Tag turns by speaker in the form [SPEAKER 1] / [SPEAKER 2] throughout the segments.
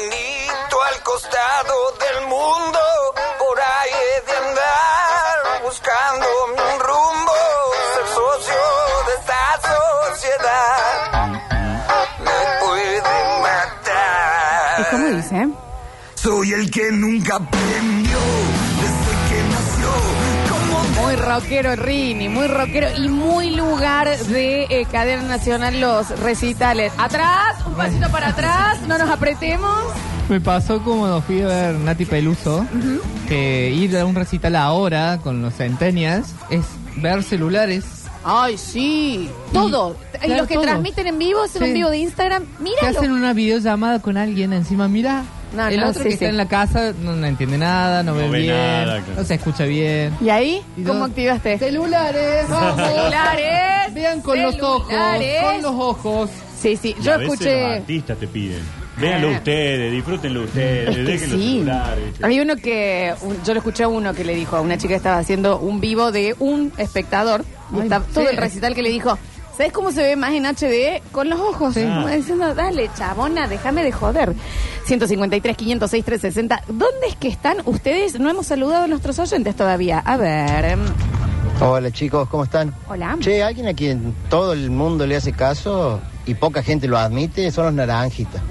[SPEAKER 1] Caminito al costado del mundo, por ahí he de andar, buscando un rumbo, ser socio de esta sociedad. Me puede matar.
[SPEAKER 2] ¿Y cómo dice?
[SPEAKER 3] Soy el que nunca aprendió desde que nació. Como
[SPEAKER 2] Muy rockero Rini, muy rockero y muy lugar de eh, cadena nacional los recitales. Atrás, un pasito para atrás, no nos apretemos.
[SPEAKER 4] Me pasó como fui a ver Nati Peluso, que ir a un recital ahora con los centenias es ver celulares.
[SPEAKER 2] Ay, sí. Todo. Y,
[SPEAKER 4] claro,
[SPEAKER 2] los que
[SPEAKER 4] todo.
[SPEAKER 2] transmiten en vivo, hacen
[SPEAKER 4] Sí.
[SPEAKER 2] un vivo de Instagram,
[SPEAKER 4] Que
[SPEAKER 2] míralo.
[SPEAKER 4] hacen una videollamada con alguien encima, mira.
[SPEAKER 2] No,
[SPEAKER 4] el
[SPEAKER 2] no,
[SPEAKER 4] otro
[SPEAKER 2] sí,
[SPEAKER 4] que
[SPEAKER 2] sí.
[SPEAKER 4] está en la casa no, no entiende nada, no, ve
[SPEAKER 5] ve
[SPEAKER 4] bien,
[SPEAKER 5] nada, claro.
[SPEAKER 4] no se escucha bien.
[SPEAKER 2] ¿Y ahí?
[SPEAKER 4] Y
[SPEAKER 2] ¿Cómo
[SPEAKER 4] dos.
[SPEAKER 2] activaste?
[SPEAKER 4] Celulares, vamos.
[SPEAKER 2] Celulares.
[SPEAKER 4] Vean con los ojos,
[SPEAKER 2] celulares.
[SPEAKER 4] con los ojos.
[SPEAKER 2] Sí, sí,
[SPEAKER 5] Y
[SPEAKER 2] yo
[SPEAKER 5] a veces Los
[SPEAKER 2] escuché. Ah.
[SPEAKER 5] artistas te piden. Véanlo ustedes, disfrútenlo ustedes,
[SPEAKER 2] Es que
[SPEAKER 5] déjenlo
[SPEAKER 2] sí.
[SPEAKER 5] celulares, ¿viste?
[SPEAKER 2] Hay uno que, un- yo lo escuché a uno que le dijo, a una chica que estaba haciendo un vivo de un espectador, y
[SPEAKER 4] Ay,
[SPEAKER 2] está
[SPEAKER 4] sí.
[SPEAKER 2] todo el recital que le dijo, ¿sabes cómo se ve más en HD? Con los ojos.
[SPEAKER 4] Sí.
[SPEAKER 2] Como diciendo, dale, chabona, déjame de joder. 153, 506, 360. ¿Dónde es que están ustedes? No hemos saludado a nuestros oyentes todavía. A ver.
[SPEAKER 6] Hola chicos, ¿cómo están?
[SPEAKER 2] Hola.
[SPEAKER 6] Che, alguien a quien todo el mundo le hace caso y poca gente lo admite son los naranjitas.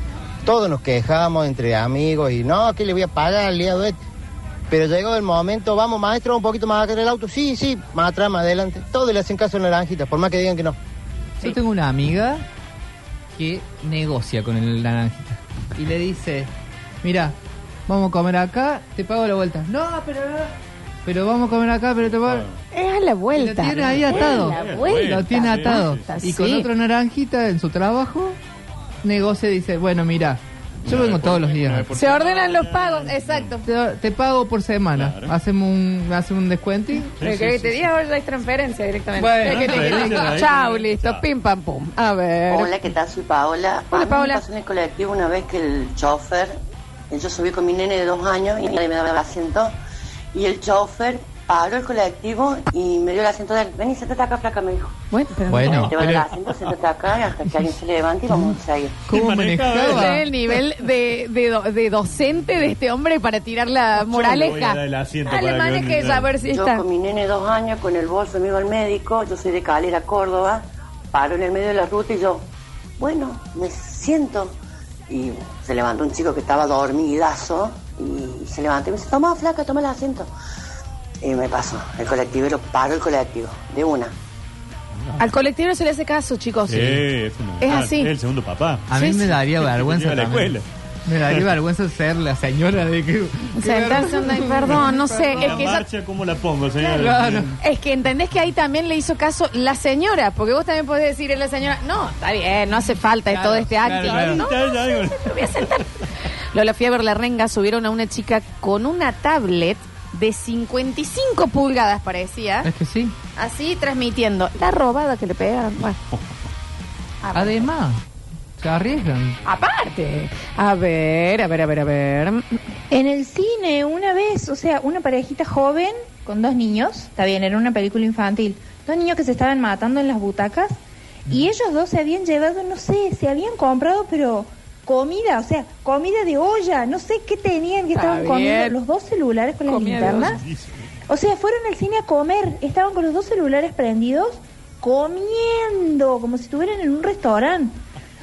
[SPEAKER 6] Todos nos quejamos entre amigos y no, que le voy a pagar al día de hoy. Pero llegó el momento, vamos maestro, un poquito más acá del auto. Sí, sí, más atrás, más adelante. Todos le hacen caso a naranjitas, por más que digan que no.
[SPEAKER 4] Yo tengo una amiga que negocia con el naranjita y le dice, mira, vamos a comer acá, te pago la vuelta. No, pero pero vamos a comer acá, pero te pago.
[SPEAKER 2] Es a la
[SPEAKER 4] Y lo
[SPEAKER 2] vuelta.
[SPEAKER 4] tiene ahí
[SPEAKER 2] Es a
[SPEAKER 4] atado.
[SPEAKER 2] la vuelta.
[SPEAKER 4] Lo tiene atado.
[SPEAKER 2] sí.
[SPEAKER 4] Y con otro naranjita en su trabajo, negocia y dice, bueno, mira, yo vengo todos los días.
[SPEAKER 2] Se ordenan los pagos, exacto.
[SPEAKER 4] Te, te pago por semana.
[SPEAKER 5] Claro.
[SPEAKER 4] Hacemos un, hacemos un descuento.
[SPEAKER 5] Sí,
[SPEAKER 2] Lo
[SPEAKER 5] sí,
[SPEAKER 2] que
[SPEAKER 5] sí,
[SPEAKER 2] te
[SPEAKER 5] sí.
[SPEAKER 2] diga ahora ya es transferencia directamente.
[SPEAKER 4] Bueno,
[SPEAKER 2] Es que te-
[SPEAKER 5] transferencia de
[SPEAKER 2] Chau,
[SPEAKER 5] ahí.
[SPEAKER 2] listo,
[SPEAKER 5] Chao.
[SPEAKER 2] pim pam pum. A ver.
[SPEAKER 7] Hola, ¿qué tal? Soy Paola.
[SPEAKER 2] Hola,
[SPEAKER 7] A mí me
[SPEAKER 2] Paola.
[SPEAKER 7] pasó en el colectivo una vez que el chofer, yo subí con mi nene de dos años y nadie me daba el asiento, y el chofer paró el colectivo y me dio el asiento de él. Vení, sentate acá, flaca, me dijo.
[SPEAKER 2] Bueno, pero-
[SPEAKER 4] Bueno,
[SPEAKER 7] Te va a dar el
[SPEAKER 5] pero-
[SPEAKER 7] asiento, sentate acá hasta que alguien se levante y vamos a seguir.
[SPEAKER 4] ¿cómo
[SPEAKER 5] Qué manejada,
[SPEAKER 4] manejaba?
[SPEAKER 2] Este es el nivel de, de do- de docente de este hombre para tirar la
[SPEAKER 5] le voy a
[SPEAKER 2] moraleja.
[SPEAKER 5] dar el asiento para
[SPEAKER 2] Alemán
[SPEAKER 5] que
[SPEAKER 2] es
[SPEAKER 5] venga.
[SPEAKER 2] que a ver si
[SPEAKER 7] Yo
[SPEAKER 2] está.
[SPEAKER 7] con mi nene de dos años, con el bolso me iba al médico, yo soy de Calera, Córdoba, paro en el medio de la ruta y yo, bueno, me siento. Y se levantó un chico que estaba dormidazo y se levantó y me dice, toma flaca, toma el asiento. Y me pasó, el colectivero, paro el colectivo, de una.
[SPEAKER 2] Al colectivo no se le hace caso, chicos.
[SPEAKER 5] Sí, Ah, es, una-
[SPEAKER 2] Es así.
[SPEAKER 5] Es el segundo papá.
[SPEAKER 4] A mí
[SPEAKER 2] Sí,
[SPEAKER 4] me
[SPEAKER 2] sí.
[SPEAKER 4] daría vergüenza.
[SPEAKER 5] Lleva a la
[SPEAKER 4] también.
[SPEAKER 5] escuela.
[SPEAKER 4] Me daría vergüenza ser la señora de que.
[SPEAKER 2] Sentarse onda y perdón, no sé. Es
[SPEAKER 5] la
[SPEAKER 2] que ella-
[SPEAKER 5] marcha, ¿cómo la pongo, señora?
[SPEAKER 4] Claro.
[SPEAKER 2] es que entendés que ahí también le hizo caso la señora, porque vos también podés decirle a la señora, no, está bien, no hace falta es
[SPEAKER 4] Claro,
[SPEAKER 2] todo este acto.
[SPEAKER 4] claro, claro.
[SPEAKER 2] No,
[SPEAKER 5] Ya, ya, digo.
[SPEAKER 2] Me voy a sentar. Lola Fieber La Renga subieron a una chica con una tablet de 55 pulgadas, parecía.
[SPEAKER 4] Es que sí.
[SPEAKER 2] Ah, Así transmitiendo. La robada que le pegaron. Bueno. A ver.
[SPEAKER 4] Además, se arriesgan.
[SPEAKER 2] Ah, Aparte. Este, A ver, a ver, a ver, a ver.
[SPEAKER 8] En el cine, una vez, o sea, una parejita joven con dos niños, está bien, era una película infantil, dos niños que se estaban matando en las butacas y ellos dos se habían llevado, no sé, se habían comprado, pero comida, o sea, comida de olla, no sé qué tenían que
[SPEAKER 2] Está
[SPEAKER 8] estaban
[SPEAKER 2] bien.
[SPEAKER 8] comiendo, los dos celulares con las
[SPEAKER 2] Comida de
[SPEAKER 8] linternas. O sea, fueron al cine a comer, estaban con los dos celulares prendidos, comiendo, como si estuvieran en un restaurante.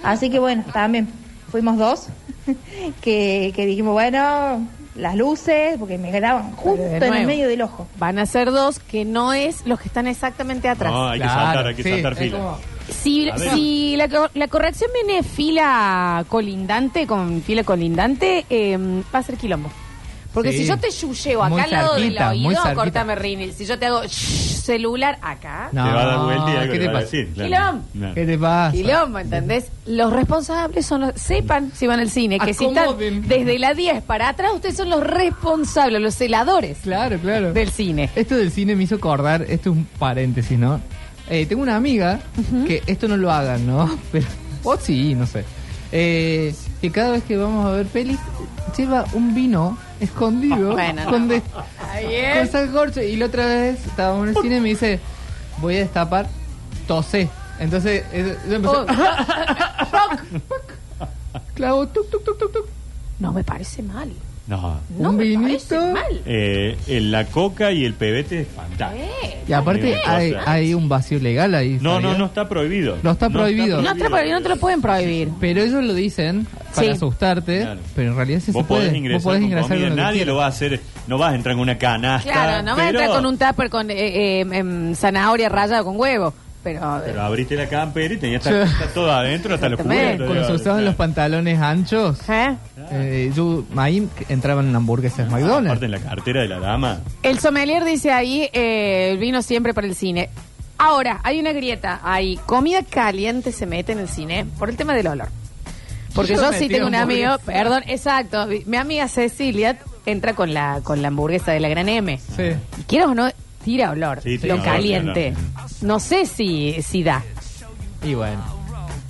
[SPEAKER 8] Así que bueno, también fuimos dos, que, que dijimos, bueno, las luces, porque me quedaban justo
[SPEAKER 2] de
[SPEAKER 8] en
[SPEAKER 2] nuevo.
[SPEAKER 8] el medio del ojo.
[SPEAKER 2] Van a ser dos que no es los que están exactamente atrás.
[SPEAKER 5] No, hay que
[SPEAKER 4] Claro,
[SPEAKER 5] saltar, hay que
[SPEAKER 4] sí,
[SPEAKER 5] saltar
[SPEAKER 4] es
[SPEAKER 5] fila.
[SPEAKER 4] como-
[SPEAKER 2] Si,
[SPEAKER 5] A ver.
[SPEAKER 2] si la, co- la corrección viene fila colindante, con fila colindante, eh, va a ser quilombo. Porque
[SPEAKER 4] Sí.
[SPEAKER 2] si yo te yuyeo
[SPEAKER 4] Muy
[SPEAKER 2] acá al lado del
[SPEAKER 4] cerquita, muy
[SPEAKER 2] oído,
[SPEAKER 4] cerquita.
[SPEAKER 2] cortame Rini. Si yo te hago shh, celular acá,
[SPEAKER 4] No,
[SPEAKER 5] Te va a dar vuelta y algo
[SPEAKER 4] ¿qué
[SPEAKER 5] le
[SPEAKER 4] te
[SPEAKER 5] va a
[SPEAKER 4] pasa?
[SPEAKER 5] decir. claro.
[SPEAKER 2] Quilombo.
[SPEAKER 5] Claro.
[SPEAKER 4] ¿Qué te pasa?
[SPEAKER 2] quilombo, ¿entendés? Los responsables son los... Sepan si van al cine, que si están
[SPEAKER 4] Acomoden.
[SPEAKER 2] desde la 10 para atrás, ustedes son los responsables, los celadores
[SPEAKER 4] Claro, claro.
[SPEAKER 2] del cine.
[SPEAKER 4] Esto del cine me hizo acordar, esto es un paréntesis, ¿no? Eh, tengo una amiga que esto no lo hagan, ¿no? Pero, o sí, no sé. Eh, que cada vez que vamos a ver pelis lleva un vino escondido
[SPEAKER 2] Bueno, no.
[SPEAKER 4] con, de-
[SPEAKER 2] Ahí
[SPEAKER 4] con
[SPEAKER 2] es.
[SPEAKER 4] sancorcho. Y la otra vez estábamos en el cine y me dice, voy a destapar, tosé. Entonces, eh, yo empecé,
[SPEAKER 2] Oh,
[SPEAKER 4] clavo, tuc, tuc, tuc, tuc, tuc.
[SPEAKER 2] No me parece mal.
[SPEAKER 5] No.
[SPEAKER 2] No
[SPEAKER 4] Un
[SPEAKER 2] me
[SPEAKER 4] vinito.
[SPEAKER 2] parece mal.
[SPEAKER 5] Eh, el- la coca y el pebete es fantástico.
[SPEAKER 2] Eh,
[SPEAKER 4] Y aparte
[SPEAKER 5] Qué
[SPEAKER 4] hay,
[SPEAKER 5] cosa.
[SPEAKER 4] hay un vacío legal ahí.
[SPEAKER 5] No, no,
[SPEAKER 4] ¿sabías?
[SPEAKER 5] no está prohibido.
[SPEAKER 4] No está prohibido.
[SPEAKER 2] no, te lo- no te lo pueden prohibir.
[SPEAKER 4] Pero ellos lo dicen para
[SPEAKER 2] Sí.
[SPEAKER 4] asustarte,
[SPEAKER 5] Claro.
[SPEAKER 4] pero en realidad sí
[SPEAKER 5] Vos
[SPEAKER 4] se puede.
[SPEAKER 5] podés ingresar,
[SPEAKER 4] Vos podés
[SPEAKER 5] con
[SPEAKER 4] ingresar
[SPEAKER 5] comida,
[SPEAKER 4] con lo que
[SPEAKER 5] nadie
[SPEAKER 4] quieras.
[SPEAKER 5] lo va a hacer, no vas a entrar con una canasta.
[SPEAKER 2] Claro, no me
[SPEAKER 5] pero-
[SPEAKER 2] entra con un tupper con eh, eh, em, zanahoria rayada con huevo. Pero, eh,
[SPEAKER 5] Pero abriste la campera y tenías
[SPEAKER 4] Sí.
[SPEAKER 5] todo adentro hasta los
[SPEAKER 2] Exactamente.
[SPEAKER 5] cuberos.
[SPEAKER 4] Cuando se usaban los pantalones anchos,
[SPEAKER 2] ¿eh?
[SPEAKER 4] eh, yo, ahí entraban en
[SPEAKER 5] Ah,
[SPEAKER 4] hamburguesas
[SPEAKER 5] Aparte
[SPEAKER 4] McDonald's.
[SPEAKER 5] en la cartera de la dama.
[SPEAKER 2] El sommelier dice ahí, eh, el vino siempre para el cine. Ahora, hay una grieta, hay comida caliente se mete en el cine por el tema del olor. Porque
[SPEAKER 4] Yo
[SPEAKER 2] yo,
[SPEAKER 4] metí
[SPEAKER 2] sí tengo un amigo,
[SPEAKER 4] hamburguesa.
[SPEAKER 2] perdón, exacto, mi- mi amiga Cecilia entra con la con la hamburguesa de la Gran M.
[SPEAKER 4] Sí.
[SPEAKER 2] Y quieras o no, tira olor,
[SPEAKER 5] Sí, tira
[SPEAKER 2] lo
[SPEAKER 5] olor,
[SPEAKER 2] caliente.
[SPEAKER 5] claro.
[SPEAKER 2] No sé si, si da.
[SPEAKER 4] Y bueno.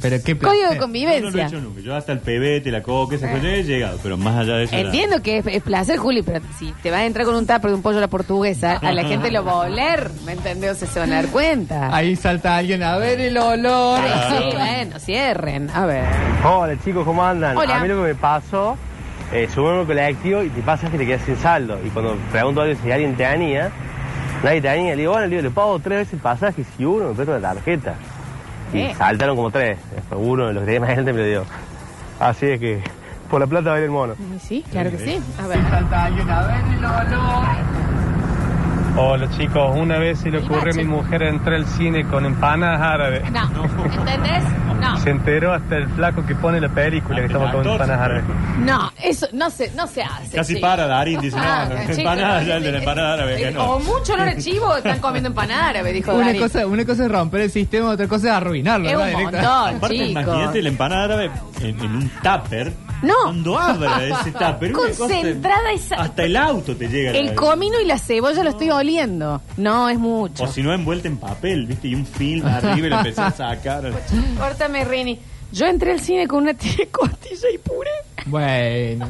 [SPEAKER 4] Pero qué
[SPEAKER 5] Yo
[SPEAKER 4] placer.
[SPEAKER 2] Código de
[SPEAKER 5] no lo he
[SPEAKER 2] convivencia. Eh.
[SPEAKER 5] hecho nunca. Yo hasta el pebete, la coca, esas cosas he llegado, pero más allá de eso. nada.
[SPEAKER 2] Entiendo que es, es placer, Juli, pero si te vas a entrar con un tupper de un pollo a la portuguesa, a la gente lo va a oler, ¿me entendés? O sea, se van a dar cuenta.
[SPEAKER 4] Ahí salta alguien a ver el olor.
[SPEAKER 2] Ay, sí, bueno, cierren. A ver.
[SPEAKER 9] Hola chicos, ¿cómo andan?
[SPEAKER 2] Hola.
[SPEAKER 9] A mí lo que me pasó, eh, subimos un colectivo y te pasa que te quedas sin saldo. Y cuando pregunto a alguien si alguien tenía, nadie tenía. Le digo, bueno, le, digo, le pago tres veces el pasaje y si uno me presta la tarjeta. Y
[SPEAKER 2] Eh.
[SPEAKER 9] saltaron como tres. Después uno de los que tenía más gente me lo dio. Así es que por la plata va a ir el mono.
[SPEAKER 2] Eh, Sí, claro que sí. A ver.
[SPEAKER 4] Salta alguien a ver el olor.
[SPEAKER 9] Hola chicos, una vez se le
[SPEAKER 2] ocurrió a mi
[SPEAKER 9] mujer entrar al cine con empanadas árabes.
[SPEAKER 2] No. ¿Entendés? No.
[SPEAKER 9] enteró hasta el flaco que pone la película
[SPEAKER 5] que estaba con empanadas árabes.
[SPEAKER 2] No, eso no se, no se hace.
[SPEAKER 5] Casi
[SPEAKER 2] chicos.
[SPEAKER 5] para Darín, dice, no,
[SPEAKER 2] Ah,
[SPEAKER 5] no,
[SPEAKER 2] chicos,
[SPEAKER 5] empanada, ya el de la
[SPEAKER 2] eh,
[SPEAKER 5] empanada árabe, que
[SPEAKER 2] eh,
[SPEAKER 5] no.
[SPEAKER 2] O mucho olor a chivo están comiendo empanada árabe, dijo
[SPEAKER 4] Una
[SPEAKER 2] Darín.
[SPEAKER 4] cosa, una cosa es romper el sistema, otra cosa es arruinarlo.
[SPEAKER 2] Es
[SPEAKER 4] ¿verdad?
[SPEAKER 2] un
[SPEAKER 4] Directa-
[SPEAKER 2] montón,
[SPEAKER 5] Aparte,
[SPEAKER 2] chicos.
[SPEAKER 5] imagínate la empanada árabe en, en un tupper.
[SPEAKER 2] No.
[SPEAKER 5] Cuando abra ese tupper. una cosa-
[SPEAKER 2] Concentrada esa-
[SPEAKER 5] Hasta el auto te llega.
[SPEAKER 2] El
[SPEAKER 5] la-
[SPEAKER 2] comino y la cebolla lo estoy oliendo. No, es
[SPEAKER 5] O
[SPEAKER 2] mucho.
[SPEAKER 5] si no, envuelta en papel, ¿viste? Y un film arriba y lo empezás a sacar.
[SPEAKER 2] Córtame, Rini. Yo entré al cine con una tira de costilla y puré.
[SPEAKER 4] Bueno.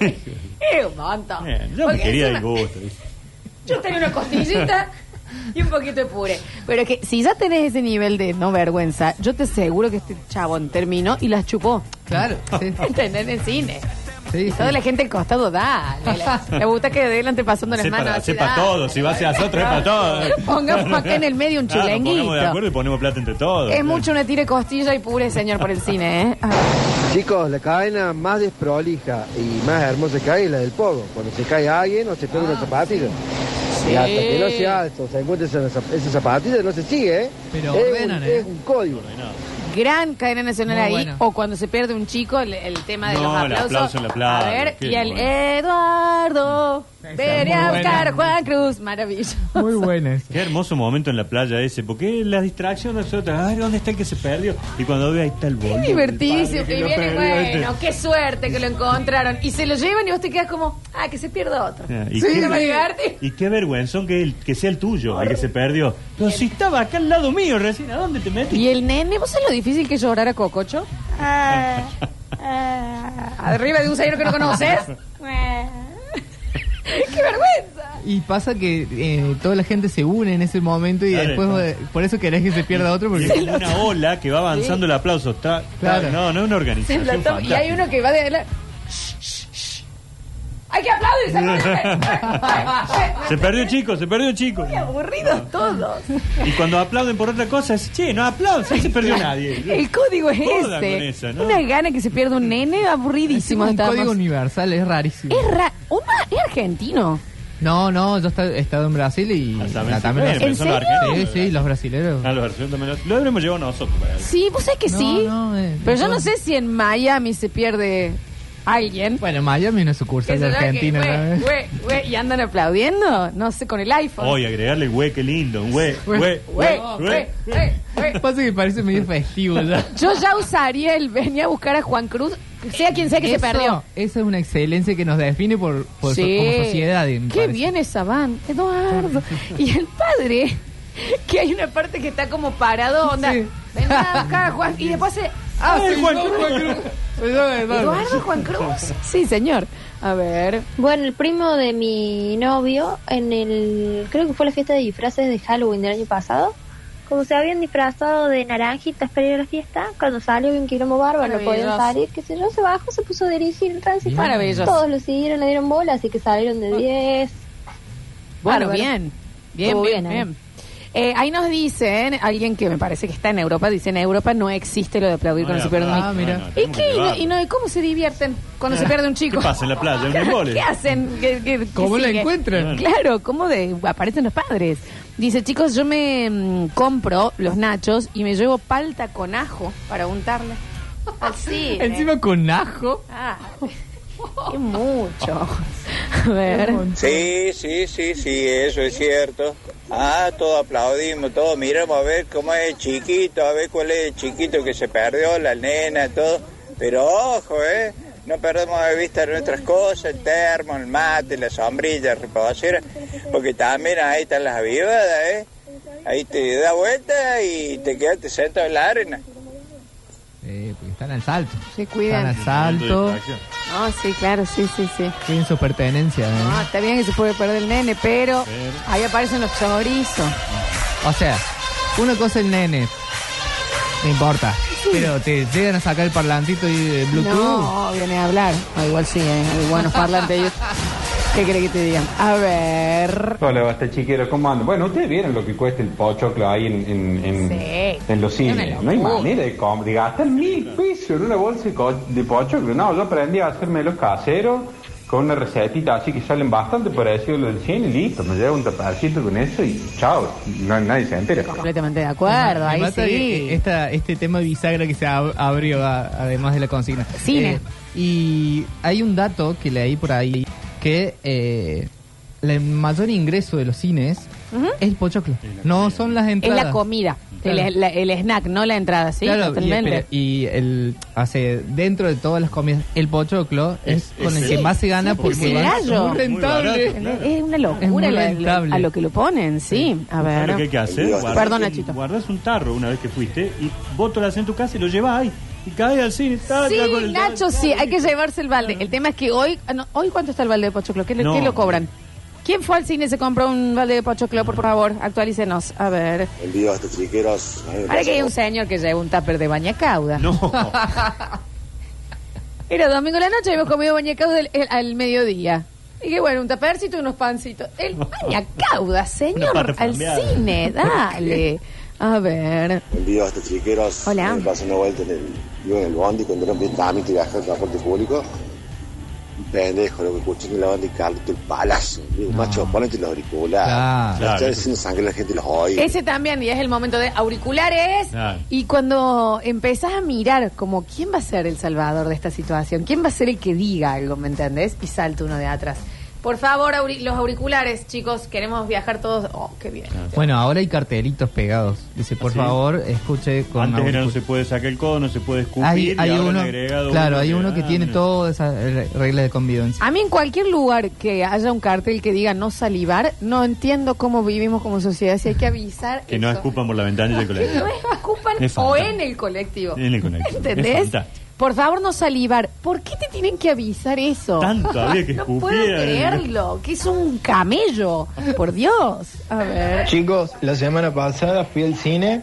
[SPEAKER 2] Es un montón.
[SPEAKER 5] Eh, yo me
[SPEAKER 2] Porque
[SPEAKER 5] quería el
[SPEAKER 2] encima-
[SPEAKER 5] gusto. ¿viste?
[SPEAKER 2] Yo tenía una costillita y un poquito de puré. Pero es que si ya tenés ese nivel de no vergüenza, yo te aseguro que este chabón terminó y las chupó.
[SPEAKER 4] Claro, sí.
[SPEAKER 2] ¿Entendés? En el cine.
[SPEAKER 4] sí,
[SPEAKER 2] Y
[SPEAKER 4] sí.
[SPEAKER 2] toda la gente al costado, dale. La, la butaca de delante pasando las
[SPEAKER 5] Sepa-
[SPEAKER 2] manos. así,
[SPEAKER 5] sepa
[SPEAKER 2] dale.
[SPEAKER 5] todo, si vas a hacer otro, sepa todo.
[SPEAKER 2] Pongamos acá en el medio un
[SPEAKER 5] Claro, nos
[SPEAKER 2] chilenguito.
[SPEAKER 5] Ponemos de acuerdo y ponemos plata entre todos.
[SPEAKER 2] es mucho una tira de costilla y puré, señor, por el cine, ¿eh? Ah,
[SPEAKER 10] Chicos, la cadena más desprolija y más hermosa que hay es la del pogo. Cuando se cae alguien o se pierde una zapatilla.
[SPEAKER 2] Ah, sí.
[SPEAKER 10] Y hasta que no se alza o se encuentra esa, esa zapatilla, no se sigue, ¿eh?
[SPEAKER 4] Pero
[SPEAKER 10] es,
[SPEAKER 4] ordenan,
[SPEAKER 10] un,
[SPEAKER 4] ¿eh?
[SPEAKER 10] es un código.
[SPEAKER 2] Gran cadena nacional
[SPEAKER 4] Muy
[SPEAKER 2] ahí.
[SPEAKER 4] bueno.
[SPEAKER 2] O cuando se pierde un chico, el, el tema de
[SPEAKER 5] No,
[SPEAKER 2] los
[SPEAKER 5] el
[SPEAKER 2] aplausos.
[SPEAKER 5] aplauso en la plaza,
[SPEAKER 2] A ver,
[SPEAKER 5] qué
[SPEAKER 2] y el
[SPEAKER 5] bueno.
[SPEAKER 2] Eduardo.
[SPEAKER 4] Esa es
[SPEAKER 2] Veré
[SPEAKER 4] muy
[SPEAKER 2] a buscar
[SPEAKER 4] buena.
[SPEAKER 2] a Juan Cruz. Maravilloso.
[SPEAKER 4] Muy buena esa.
[SPEAKER 5] Qué hermoso momento en la playa ese, porque las distracciones son otras. Ay, ¿dónde está el que se perdió? Y cuando ve ahí está el boludo.
[SPEAKER 2] Divertidísimo.
[SPEAKER 5] el padre que
[SPEAKER 2] Y
[SPEAKER 5] lo
[SPEAKER 2] viene,
[SPEAKER 5] perdió, este.
[SPEAKER 2] bueno, qué suerte que lo encontraron. Y se lo llevan y vos te quedas como, ah, que se pierda otro.
[SPEAKER 5] Ah, ¿Y,
[SPEAKER 4] Sí,
[SPEAKER 5] qué,
[SPEAKER 2] ¿Te va a divertir?
[SPEAKER 5] y qué vergüenzón que, el- que sea el tuyo, el que se perdió. Pero si estaba acá al lado mío recién, ¿a dónde te metiste?
[SPEAKER 2] Y el nene, ¿vos sabés lo difícil que es llorar a Cococho? Ah, Arriba de un señor que no conoces. ¡Qué vergüenza!
[SPEAKER 4] Y pasa que eh, toda la gente se une en ese momento y
[SPEAKER 5] Claro,
[SPEAKER 4] después eh, por eso querés que se pierda otro
[SPEAKER 5] Y
[SPEAKER 4] porque
[SPEAKER 5] es como una ola que va avanzando el aplauso. Está, está-
[SPEAKER 4] Claro.
[SPEAKER 5] No, no es una
[SPEAKER 2] Se
[SPEAKER 5] organización.
[SPEAKER 2] emplató, y
[SPEAKER 5] fantástica.
[SPEAKER 2] hay uno que va de la... Shh, shh, shh. ¡Hay que aplaudir! ¡Se
[SPEAKER 5] Se perdió chico, se perdió chico.
[SPEAKER 2] aburridos todos!
[SPEAKER 5] Y cuando aplauden por otra cosa, es, che, no aplaudan, ahí se perdió nadie.
[SPEAKER 2] El código es
[SPEAKER 5] Jodan con
[SPEAKER 2] ese.
[SPEAKER 5] esa, ¿no?
[SPEAKER 2] Una gana que se pierda un nene, aburridísimo
[SPEAKER 4] un
[SPEAKER 2] estábamos.
[SPEAKER 4] código universal, es rarísimo.
[SPEAKER 2] Es ra... Uma, es argentino.
[SPEAKER 4] No, no, yo he estado en Brasil y
[SPEAKER 5] Ah,
[SPEAKER 4] la-
[SPEAKER 5] también se
[SPEAKER 4] también
[SPEAKER 5] puede,
[SPEAKER 4] lo-
[SPEAKER 2] ¿En
[SPEAKER 5] pensó los
[SPEAKER 2] serio?
[SPEAKER 4] Sí,
[SPEAKER 5] argentinos.
[SPEAKER 4] sí, los brasileros.
[SPEAKER 5] Ah, los argentinos también lo, lo habremos llevado nosotros. para ahí.
[SPEAKER 2] Sí, vos sabés que
[SPEAKER 4] No,
[SPEAKER 2] sí.
[SPEAKER 4] no, eh,
[SPEAKER 2] Pero yo
[SPEAKER 4] no.
[SPEAKER 2] no sé si en Miami se pierde alguien.
[SPEAKER 4] Bueno, Miami no es
[SPEAKER 2] Que
[SPEAKER 4] sucursal
[SPEAKER 2] se
[SPEAKER 4] de
[SPEAKER 2] llama que,
[SPEAKER 4] Argentina.
[SPEAKER 2] güey,
[SPEAKER 4] ¿no?
[SPEAKER 2] güey, güey, y andan aplaudiendo, no sé, con el iPhone.
[SPEAKER 5] Oye, agregarle güey, qué lindo. un Güey,
[SPEAKER 4] Güey,
[SPEAKER 5] güey,
[SPEAKER 2] Güey,
[SPEAKER 5] güey,
[SPEAKER 2] güey, güey, güey.
[SPEAKER 4] Pasa que parece medio festivo ya.
[SPEAKER 2] Yo ya usaría el venía a buscar a Juan Cruz, sea quien sea que se
[SPEAKER 4] Eso-
[SPEAKER 2] perdió.
[SPEAKER 4] Esa es una excelencia que nos define por, por- Pues, como sociedad. me
[SPEAKER 2] Qué
[SPEAKER 4] parece.
[SPEAKER 2] bien esa van, Eduardo. Y el padre, que hay una parte que está como parado, onda.
[SPEAKER 4] Sí.
[SPEAKER 2] Ven a buscar a Juan. Y después hace.
[SPEAKER 4] Ah,
[SPEAKER 5] Ay,
[SPEAKER 4] soy
[SPEAKER 5] Juan
[SPEAKER 4] yo,
[SPEAKER 5] Cruz.
[SPEAKER 4] Soy yo, Eduardo.
[SPEAKER 2] eh, ¿Eduardo Juan Cruz? Sí, señor. A ver.
[SPEAKER 11] Bueno, el primo de mi novio, en el. Creo que fue la fiesta de disfraces de Halloween del año pasado. Como se habían disfrazado de naranjitas para ir a la fiesta, cuando salió había un quilombo bárbaro, no podían
[SPEAKER 2] Maravilloso.
[SPEAKER 11] salir, qué sé yo, se bajó, se puso a dirigir el tránsito.
[SPEAKER 2] Maravilloso.
[SPEAKER 11] Todos lo siguieron, le dieron bola, así que salieron de 10.
[SPEAKER 2] Bueno,
[SPEAKER 11] Bárbaro.
[SPEAKER 2] bien. Bien,
[SPEAKER 11] Estuvo
[SPEAKER 2] bien,
[SPEAKER 11] bien,
[SPEAKER 2] bien. Eh, ahí nos dicen, alguien que me parece que está en Europa, dice, en Europa no existe lo de aplaudir
[SPEAKER 5] No,
[SPEAKER 2] cuando
[SPEAKER 5] ya
[SPEAKER 2] se pierde un
[SPEAKER 5] está.
[SPEAKER 2] niño.
[SPEAKER 4] Ah, mira.
[SPEAKER 5] No, no,
[SPEAKER 2] ¿Y
[SPEAKER 5] tenemos
[SPEAKER 2] qué?
[SPEAKER 5] que
[SPEAKER 2] ¿Y no-
[SPEAKER 5] llevarlo.
[SPEAKER 2] ¿Y no? ¿Y cómo se divierten cuando se pierde un chico?
[SPEAKER 5] ¿Qué pasa en la playa? ¿Un embole?
[SPEAKER 2] ¿Qué hacen? ¿Qué, qué-
[SPEAKER 4] ¿Cómo
[SPEAKER 2] qué
[SPEAKER 4] la
[SPEAKER 2] sigue?
[SPEAKER 4] encuentran?
[SPEAKER 2] Claro, ¿cómo de, aparecen los padres? Dice, chicos, yo me mm, compro los nachos y me llevo palta con ajo para untarle. Así.
[SPEAKER 4] Encima con ajo.
[SPEAKER 2] Ah, qué mucho. A ver.
[SPEAKER 1] Sí, sí, sí, sí, eso es cierto. Ah, todo aplaudimos, todo miramos a ver cómo es el chiquito, a ver cuál es el chiquito que se perdió, la nena, todo. Pero ojo, ¿eh? No perdamos de vista nuestras cosas, el termo, el mate, la sombrilla, la reposera, porque también ahí están las avivadas, ¿eh? Ahí te da vuelta y te quedaste sentado en la arena.
[SPEAKER 4] Eh, porque están al salto.
[SPEAKER 2] Se
[SPEAKER 4] Están
[SPEAKER 2] cuidan.
[SPEAKER 4] al salto.
[SPEAKER 2] No, sí, claro, sí, sí, sí.
[SPEAKER 4] Tienen su pertenencia. ¿eh?
[SPEAKER 2] No, Ah, está bien que se puede perder el nene, pero ahí aparecen los chorizos.
[SPEAKER 4] Ah, O sea, una cosa el nene. No importa. Pero te llegan a sacar el parlantito y de Bluetooth.
[SPEAKER 2] No, viene a hablar. No, igual sí, ¿eh? hay buenos parlantes. ellos. ¿Qué crees que te digan? A ver.
[SPEAKER 12] Hola, basta chiquero, ¿cómo andan? Bueno, ustedes vieron lo que cuesta el pochoclo ahí en, en, en,
[SPEAKER 2] Sí.
[SPEAKER 12] en los
[SPEAKER 2] Es
[SPEAKER 12] cines.
[SPEAKER 2] una
[SPEAKER 12] No hay
[SPEAKER 2] locura.
[SPEAKER 12] manera de, com- de gastar mil pesos en una bolsa de, co- de pochoclo. No, yo aprendí a hacerme los caseros con una recetita así que salen bastante parecidos los del cine y listo. Me llevo un taparcito con eso y chao. No, nadie se entera.
[SPEAKER 2] Completamente de acuerdo,
[SPEAKER 4] Me
[SPEAKER 2] ahí
[SPEAKER 4] mata que
[SPEAKER 2] sí.
[SPEAKER 4] esta- este tema bisagra que se ab- abrió, a- además de la consigna.
[SPEAKER 2] Cine.
[SPEAKER 4] Eh, y hay un dato que leí por ahí que eh, el mayor ingreso de los cines es el pochoclo. No son las
[SPEAKER 2] Es
[SPEAKER 4] entradas.
[SPEAKER 2] la comida, el-
[SPEAKER 4] Claro.
[SPEAKER 2] la- el, snack, no la entrada, ¿sí?
[SPEAKER 4] Claro, y,
[SPEAKER 2] Totalmente.
[SPEAKER 4] pero- y el hace dentro de todas las comidas el pochoclo es,
[SPEAKER 5] Es-
[SPEAKER 4] con
[SPEAKER 5] es
[SPEAKER 4] el que
[SPEAKER 5] el-
[SPEAKER 4] más se gana
[SPEAKER 2] sí, porque
[SPEAKER 4] porque
[SPEAKER 2] es el
[SPEAKER 4] es
[SPEAKER 2] gallo.
[SPEAKER 4] muy rentable.
[SPEAKER 5] Muy barato,
[SPEAKER 2] Es una
[SPEAKER 4] Es muy
[SPEAKER 2] locura la- la-
[SPEAKER 4] rentable.
[SPEAKER 2] a lo que lo ponen, sí. A
[SPEAKER 5] ¿Sabes
[SPEAKER 2] ver.
[SPEAKER 5] lo que hay que hacer? Guardás
[SPEAKER 2] Perdón,
[SPEAKER 5] un-
[SPEAKER 2] Nachito.
[SPEAKER 5] Guardás un tarro una vez que fuiste y vos te lo haces en tu casa y lo llevas ahí. Y caes al cine. ta,
[SPEAKER 2] Sí,
[SPEAKER 5] ya con el-
[SPEAKER 2] Nacho, sí, hay que llevarse el balde. El tema es que hoy, ah, no, hoy ¿cuánto está el balde de Pochoclo? ¿Qué, le-
[SPEAKER 5] No.
[SPEAKER 2] qué lo cobran? ¿Quién fue al cine y se compró un balde de Pochoclo? Por favor, actualícenos. A ver.
[SPEAKER 13] El día hasta chiqueros. a mí me
[SPEAKER 2] Ahora que hay
[SPEAKER 13] pasa
[SPEAKER 2] un señor que lleva un tupper de bañacauda.
[SPEAKER 5] No.
[SPEAKER 2] Era domingo a la noche, habíamos comido bañacauda el- el- al mediodía. Y que bueno, un tapercito y unos pancitos. El bañacauda, señor,
[SPEAKER 5] pata
[SPEAKER 2] al
[SPEAKER 5] flambeada.
[SPEAKER 2] cine, dale. A ver.
[SPEAKER 13] como- El día hasta chiqueros.
[SPEAKER 2] Hola.
[SPEAKER 13] a mí Me pasó una vuelta en el, yo en el bondi cuando era un trámite de viaje al transporte público. Un pendejo, lo que escuché en la banda y Carlos, el palazo. Digo, macho, ponete los auriculares.
[SPEAKER 5] Claro.
[SPEAKER 13] Estás haciendo sangre la gente los oye.
[SPEAKER 2] Ese también, y es el momento de auriculares.
[SPEAKER 5] Claro.
[SPEAKER 2] Y cuando empezás a mirar, como, ¿quién va a ser el salvador de esta situación? ¿Quién va a ser el que diga algo, me entendés? Y salta uno de atrás. Por favor, auri- los auriculares, chicos, queremos viajar todos. Oh, qué bien.
[SPEAKER 4] Bueno, ahora hay cartelitos pegados. Dice, por
[SPEAKER 5] ¿Ah, sí?
[SPEAKER 4] favor, escuche con
[SPEAKER 5] Antes era no
[SPEAKER 4] auricul-
[SPEAKER 5] se puede sacar el codo, no se puede escupir.
[SPEAKER 4] hay,
[SPEAKER 5] y
[SPEAKER 4] hay
[SPEAKER 5] ahora han
[SPEAKER 4] uno,
[SPEAKER 5] agregado
[SPEAKER 4] claro, hay uno que
[SPEAKER 5] ah,
[SPEAKER 4] tiene
[SPEAKER 5] mira.
[SPEAKER 4] todas esas eh, reglas de convivencia.
[SPEAKER 2] A mí en cualquier lugar que haya un cartel que diga no salivar, no entiendo cómo vivimos como sociedad, si hay que avisar
[SPEAKER 5] Que no
[SPEAKER 2] eso.
[SPEAKER 5] escupan por la ventana del
[SPEAKER 2] Que
[SPEAKER 5] colegio.
[SPEAKER 2] no escupan
[SPEAKER 5] Es
[SPEAKER 2] o
[SPEAKER 5] fantástico.
[SPEAKER 2] en el colectivo.
[SPEAKER 5] En el colectivo. Es
[SPEAKER 2] ¿Entendés?
[SPEAKER 5] fantástico.
[SPEAKER 2] Por favor, no salivar. ¿Por qué te tienen que avisar eso?
[SPEAKER 5] Tanto había que
[SPEAKER 2] No
[SPEAKER 5] escupir.
[SPEAKER 2] puedo creerlo. Que es un camello. Por Dios. A ver.
[SPEAKER 9] Chicos, la semana pasada fui al cine.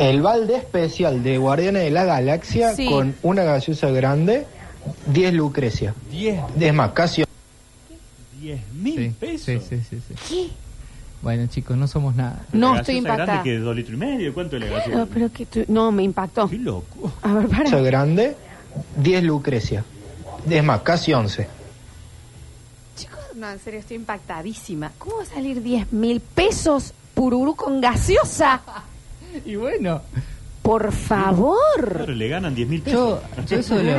[SPEAKER 9] El balde especial de Guardianes de la Galaxia
[SPEAKER 2] Sí. con
[SPEAKER 9] una gaseosa grande, 10 Lucrecia.
[SPEAKER 5] 10
[SPEAKER 9] Es más, casi
[SPEAKER 5] mil
[SPEAKER 4] Sí,
[SPEAKER 5] pesos.
[SPEAKER 4] sí, sí, sí, sí.
[SPEAKER 2] ¿Qué?
[SPEAKER 4] Bueno, chicos, no somos nada.
[SPEAKER 2] No,
[SPEAKER 5] La
[SPEAKER 2] estoy
[SPEAKER 5] gaseosa
[SPEAKER 2] impactada.
[SPEAKER 5] grande que es dos litros y medio. ¿Cuánto le gasto?
[SPEAKER 2] Claro, pero que tú- No, me impactó.
[SPEAKER 5] Qué loco.
[SPEAKER 2] A ver, para.
[SPEAKER 9] grande, 10 Lucrecia. Es más, casi 11.
[SPEAKER 2] Chicos, no, en serio, estoy impactadísima. ¿Cómo va a salir 10 mil pesos pururú con gaseosa?
[SPEAKER 4] Y bueno,
[SPEAKER 2] Por favor.
[SPEAKER 5] Claro, le ganan 10 mil pesos.
[SPEAKER 4] yo, yo, eso, lo,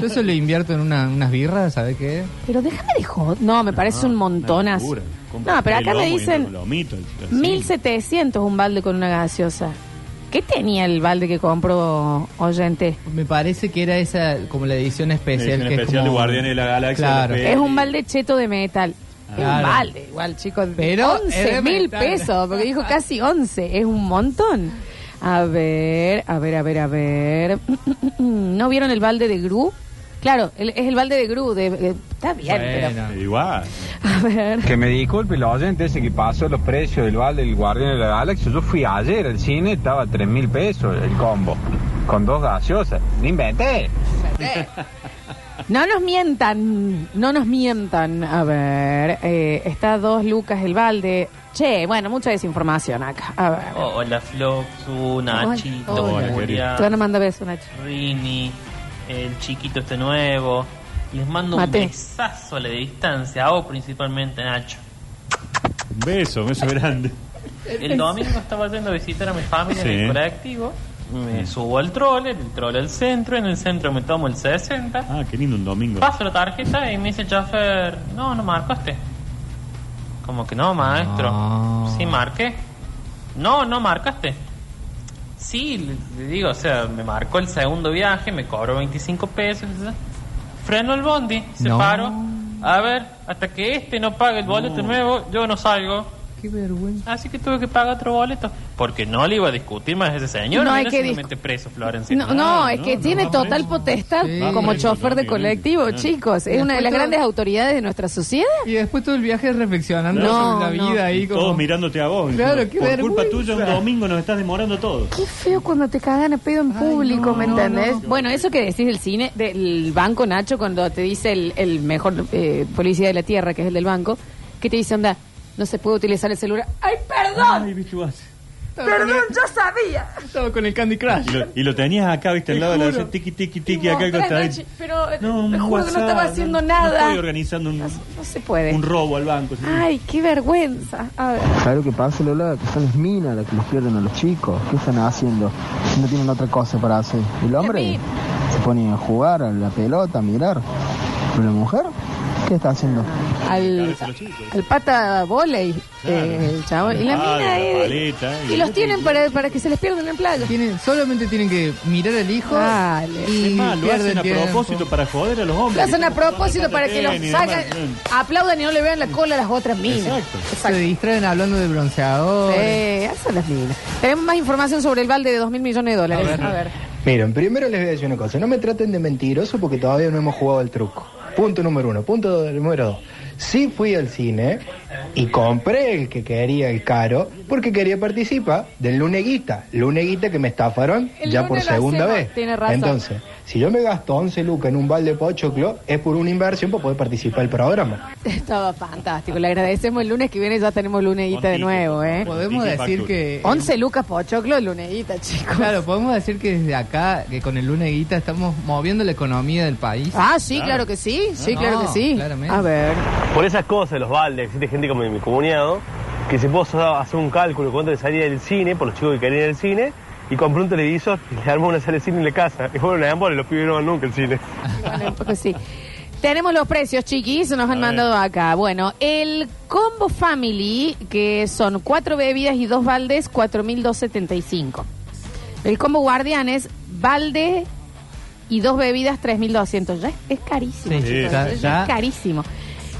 [SPEAKER 4] yo eso lo invierto en una- unas birras, ¿sabes qué?
[SPEAKER 2] Pero déjame de joder. No, me parece un montonazo. No, pero acá me dicen... 1700 un balde con una gaseosa. ¿Qué tenía el balde que compró oyente?
[SPEAKER 4] Me parece que era esa, como la edición especial.
[SPEAKER 5] Edición
[SPEAKER 4] que es
[SPEAKER 5] especial
[SPEAKER 4] como-
[SPEAKER 5] de Guardianes de la Galaxia,
[SPEAKER 4] Claro.
[SPEAKER 5] la
[SPEAKER 2] Es un balde cheto de metal. Es
[SPEAKER 4] Claro.
[SPEAKER 2] Un balde, igual, chicos.
[SPEAKER 4] Pero es de
[SPEAKER 2] 11 mil
[SPEAKER 4] metal.
[SPEAKER 2] pesos, porque dijo casi 11. Es un montón. A ver, a ver, a ver, a ver. ¿No vieron el balde de Gru? Claro, el- es el balde de Gru, de, de Está bien, pero.
[SPEAKER 5] Igual.
[SPEAKER 2] A ver.
[SPEAKER 14] Que me disculpe el oyente ese que pasó los precios del balde del Guardián de la Galaxia. Yo fui ayer al cine, estaba a 3 mil pesos el combo. Con dos gaseosas. ¡No inventé!
[SPEAKER 2] Eh, No nos mientan, no nos mientan. A ver, eh, está dos lucas el balde. Che, bueno, mucha desinformación acá. A ver.
[SPEAKER 15] Hola Floxu, Nachito,
[SPEAKER 2] Hola.
[SPEAKER 5] Hola,
[SPEAKER 15] Julia,
[SPEAKER 2] Te van a mandar besos, Nacho.
[SPEAKER 15] Rini, el chiquito este nuevo. Les mando
[SPEAKER 2] Mate.
[SPEAKER 15] un besazo a la distancia, a vos principalmente, Nacho.
[SPEAKER 5] Un beso, un beso grande.
[SPEAKER 2] Eh,
[SPEAKER 15] El domingo estaba yendo a visitar a mi familia
[SPEAKER 5] Sí.
[SPEAKER 15] en el Proactivo. Me subo al troller, el troller al centro, en el centro me tomo el 60.
[SPEAKER 5] Ah, qué lindo un domingo.
[SPEAKER 15] Paso la tarjeta y me dice el chofer, no, no marcaste. Como que no, maestro.
[SPEAKER 4] Ah.
[SPEAKER 15] Sí, marqué. No, no marcaste. Sí, le, le digo, o sea, me marcó el segundo viaje, me cobró 25 pesos. ¿sí? Freno el bondi, se
[SPEAKER 4] No.
[SPEAKER 15] paró. A ver, hasta que este no pague el boleto nuevo, yo no salgo.
[SPEAKER 4] Qué vergüenza.
[SPEAKER 15] Así que tuve que pagar otro boleto. Porque no le iba a discutir más a ese señor.
[SPEAKER 2] No,
[SPEAKER 15] No,
[SPEAKER 2] hay que
[SPEAKER 15] que
[SPEAKER 2] discu-
[SPEAKER 15] mete preso, Florencia.
[SPEAKER 2] No, no, es que tiene total potestad
[SPEAKER 15] Sí.
[SPEAKER 2] como
[SPEAKER 15] Sí.
[SPEAKER 2] chofer de
[SPEAKER 15] Sí.
[SPEAKER 2] colectivo,
[SPEAKER 15] Sí.
[SPEAKER 2] chicos. Es
[SPEAKER 4] Y
[SPEAKER 2] una de
[SPEAKER 4] después
[SPEAKER 2] las
[SPEAKER 4] todo-
[SPEAKER 2] grandes autoridades de nuestra sociedad.
[SPEAKER 4] Y después todo el viaje reflexionando
[SPEAKER 2] No,
[SPEAKER 4] sobre la vida
[SPEAKER 2] no.
[SPEAKER 4] ahí como...
[SPEAKER 5] Todos mirándote a vos.
[SPEAKER 4] Claro, qué
[SPEAKER 5] Por culpa
[SPEAKER 4] vergüenza.
[SPEAKER 5] tuya, un domingo nos estás demorando todos.
[SPEAKER 2] Qué feo cuando te cagan a pedo en público, ¿me entendés? Bueno, eso que decís del cine, del banco, Nacho, cuando te dice el, el mejor eh, policía de la tierra, que es el del banco, que te dice, onda, no se puede utilizar el celular. ¡Ay, perdón!
[SPEAKER 5] Ay, viste vos.
[SPEAKER 2] ¡Perdón, yo sabía!
[SPEAKER 4] Estaba con el Candy Crush.
[SPEAKER 5] Y lo, y lo tenías acá, viste, al
[SPEAKER 4] Te
[SPEAKER 5] lado de la
[SPEAKER 4] juro.
[SPEAKER 5] mesa, tiki, tiki, tiki,
[SPEAKER 2] Mostrá,
[SPEAKER 5] acá al costadito.
[SPEAKER 2] Nachi, Pero eh,
[SPEAKER 5] Un
[SPEAKER 2] te juro que no
[SPEAKER 5] WhatsApp,
[SPEAKER 2] estaba haciendo
[SPEAKER 5] no- No
[SPEAKER 2] nada.
[SPEAKER 5] estoy organizando un,
[SPEAKER 2] No se puede.
[SPEAKER 5] un robo al banco. sí.
[SPEAKER 2] Ay, qué vergüenza. A ver.
[SPEAKER 16] ¿Sabes lo que pasa, Lola? Que son las minas las que los pierden a los chicos. ¿Qué están haciendo? No tienen otra cosa para hacer. El hombre se pone a jugar a la pelota, a mirar. Pero la mujer, ¿qué está haciendo?
[SPEAKER 2] Al, al pata voley, eh, el chabón. Y la
[SPEAKER 4] Ah,
[SPEAKER 2] mina
[SPEAKER 4] de la
[SPEAKER 2] eh,
[SPEAKER 4] paleta,
[SPEAKER 2] Y
[SPEAKER 4] y-
[SPEAKER 2] los tienen para, para que se les pierdan en playa.
[SPEAKER 4] Tienen, solamente tienen que mirar al hijo
[SPEAKER 2] Dale.
[SPEAKER 4] y
[SPEAKER 5] Es más, Ah, lo
[SPEAKER 4] pierden
[SPEAKER 5] hacen a
[SPEAKER 4] tiempo.
[SPEAKER 5] propósito para joder a los
[SPEAKER 2] Lo
[SPEAKER 5] hombres.
[SPEAKER 2] hacen a propósito para que los
[SPEAKER 5] Tenis,
[SPEAKER 2] sacan,
[SPEAKER 5] hermano.
[SPEAKER 2] aplaudan y no le vean la cola a las otras minas.
[SPEAKER 4] Se distraen hablando de bronceador.
[SPEAKER 2] Sí, Eh, hacen las minas. Tenemos más información sobre el balde de 2 mil millones de dólares. A ver.
[SPEAKER 17] Miren, primero les voy a decir una cosa, no me traten de mentiroso porque todavía no hemos jugado el truco. Punto número uno. Punto do- número dos. Sí fui al cine y compré el que quería, el caro, porque quería participar del luneguita. Luneguita que me estafaron
[SPEAKER 2] El
[SPEAKER 17] ya
[SPEAKER 2] lunes
[SPEAKER 17] por
[SPEAKER 2] lo
[SPEAKER 17] segunda
[SPEAKER 2] hacemos,
[SPEAKER 17] vez.
[SPEAKER 2] tiene razón.
[SPEAKER 17] Entonces, si yo me gasto 11 lucas en un balde de pochoclo, es por una inversión para poder participar del programa.
[SPEAKER 2] Estaba fantástico. Le agradecemos el lunes que viene, ya tenemos luneguita de nuevo, ¿eh?
[SPEAKER 4] Podemos decir que...
[SPEAKER 2] 11 lucas pochoclo, luneguita, chicos.
[SPEAKER 4] Claro, podemos decir que desde acá, que con el Luneguita estamos moviendo la economía del país.
[SPEAKER 2] Ah, sí, claro, que sí. Sí,
[SPEAKER 4] No,
[SPEAKER 2] claro que sí.
[SPEAKER 4] claramente.
[SPEAKER 2] A ver.
[SPEAKER 9] Por esas cosas, los baldes, existe gente como mi cuñado, que se puso a hacer un cálculo cuánto le salía del cine, por los chicos que querían ir al cine, y compró un televisor y le armó una sala de cine en la casa. Y fueron a ambos y los pibes no van nunca al cine.
[SPEAKER 2] Bueno, pues sí. Tenemos los precios, chiquis, nos han mandado acá. Bueno, el Combo Family, que son cuatro bebidas y dos baldes, 4.275. El Combo Guardianes, balde y dos bebidas, 3.200. Ya es, es carísimo.
[SPEAKER 4] Sí,
[SPEAKER 2] chicos,
[SPEAKER 4] ya-
[SPEAKER 2] es,
[SPEAKER 4] ya.
[SPEAKER 2] carísimo.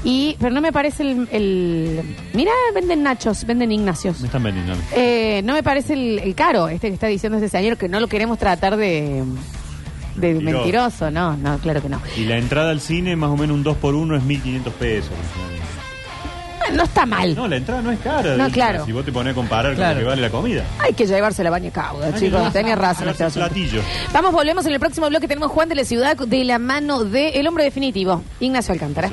[SPEAKER 2] Y, pero no me parece el... el mira, venden nachos, venden ignacios.
[SPEAKER 5] Me están vendiendo.
[SPEAKER 2] Eh, no me parece el, el caro, este que está diciendo este señor, que no lo queremos tratar de, de
[SPEAKER 5] Mentiroso.
[SPEAKER 2] mentiroso. No, no, claro que no.
[SPEAKER 5] Y la entrada al cine, más o menos un 2x1 es 1.500 pesos.
[SPEAKER 2] Eh, No está mal.
[SPEAKER 5] No, la entrada no es cara.
[SPEAKER 2] No, claro.
[SPEAKER 5] Si vos te pones a comparar
[SPEAKER 2] Claro.
[SPEAKER 5] con lo que vale la comida.
[SPEAKER 2] Hay que llevarse la baña cauda, chicos. Tenés razón.
[SPEAKER 5] Es
[SPEAKER 2] este
[SPEAKER 5] el
[SPEAKER 2] asunto.
[SPEAKER 5] platillo.
[SPEAKER 2] Vamos, volvemos en el próximo bloque. Tenemos Juan de la Ciudad de la mano de El Hombre Definitivo, Ignacio Alcántara.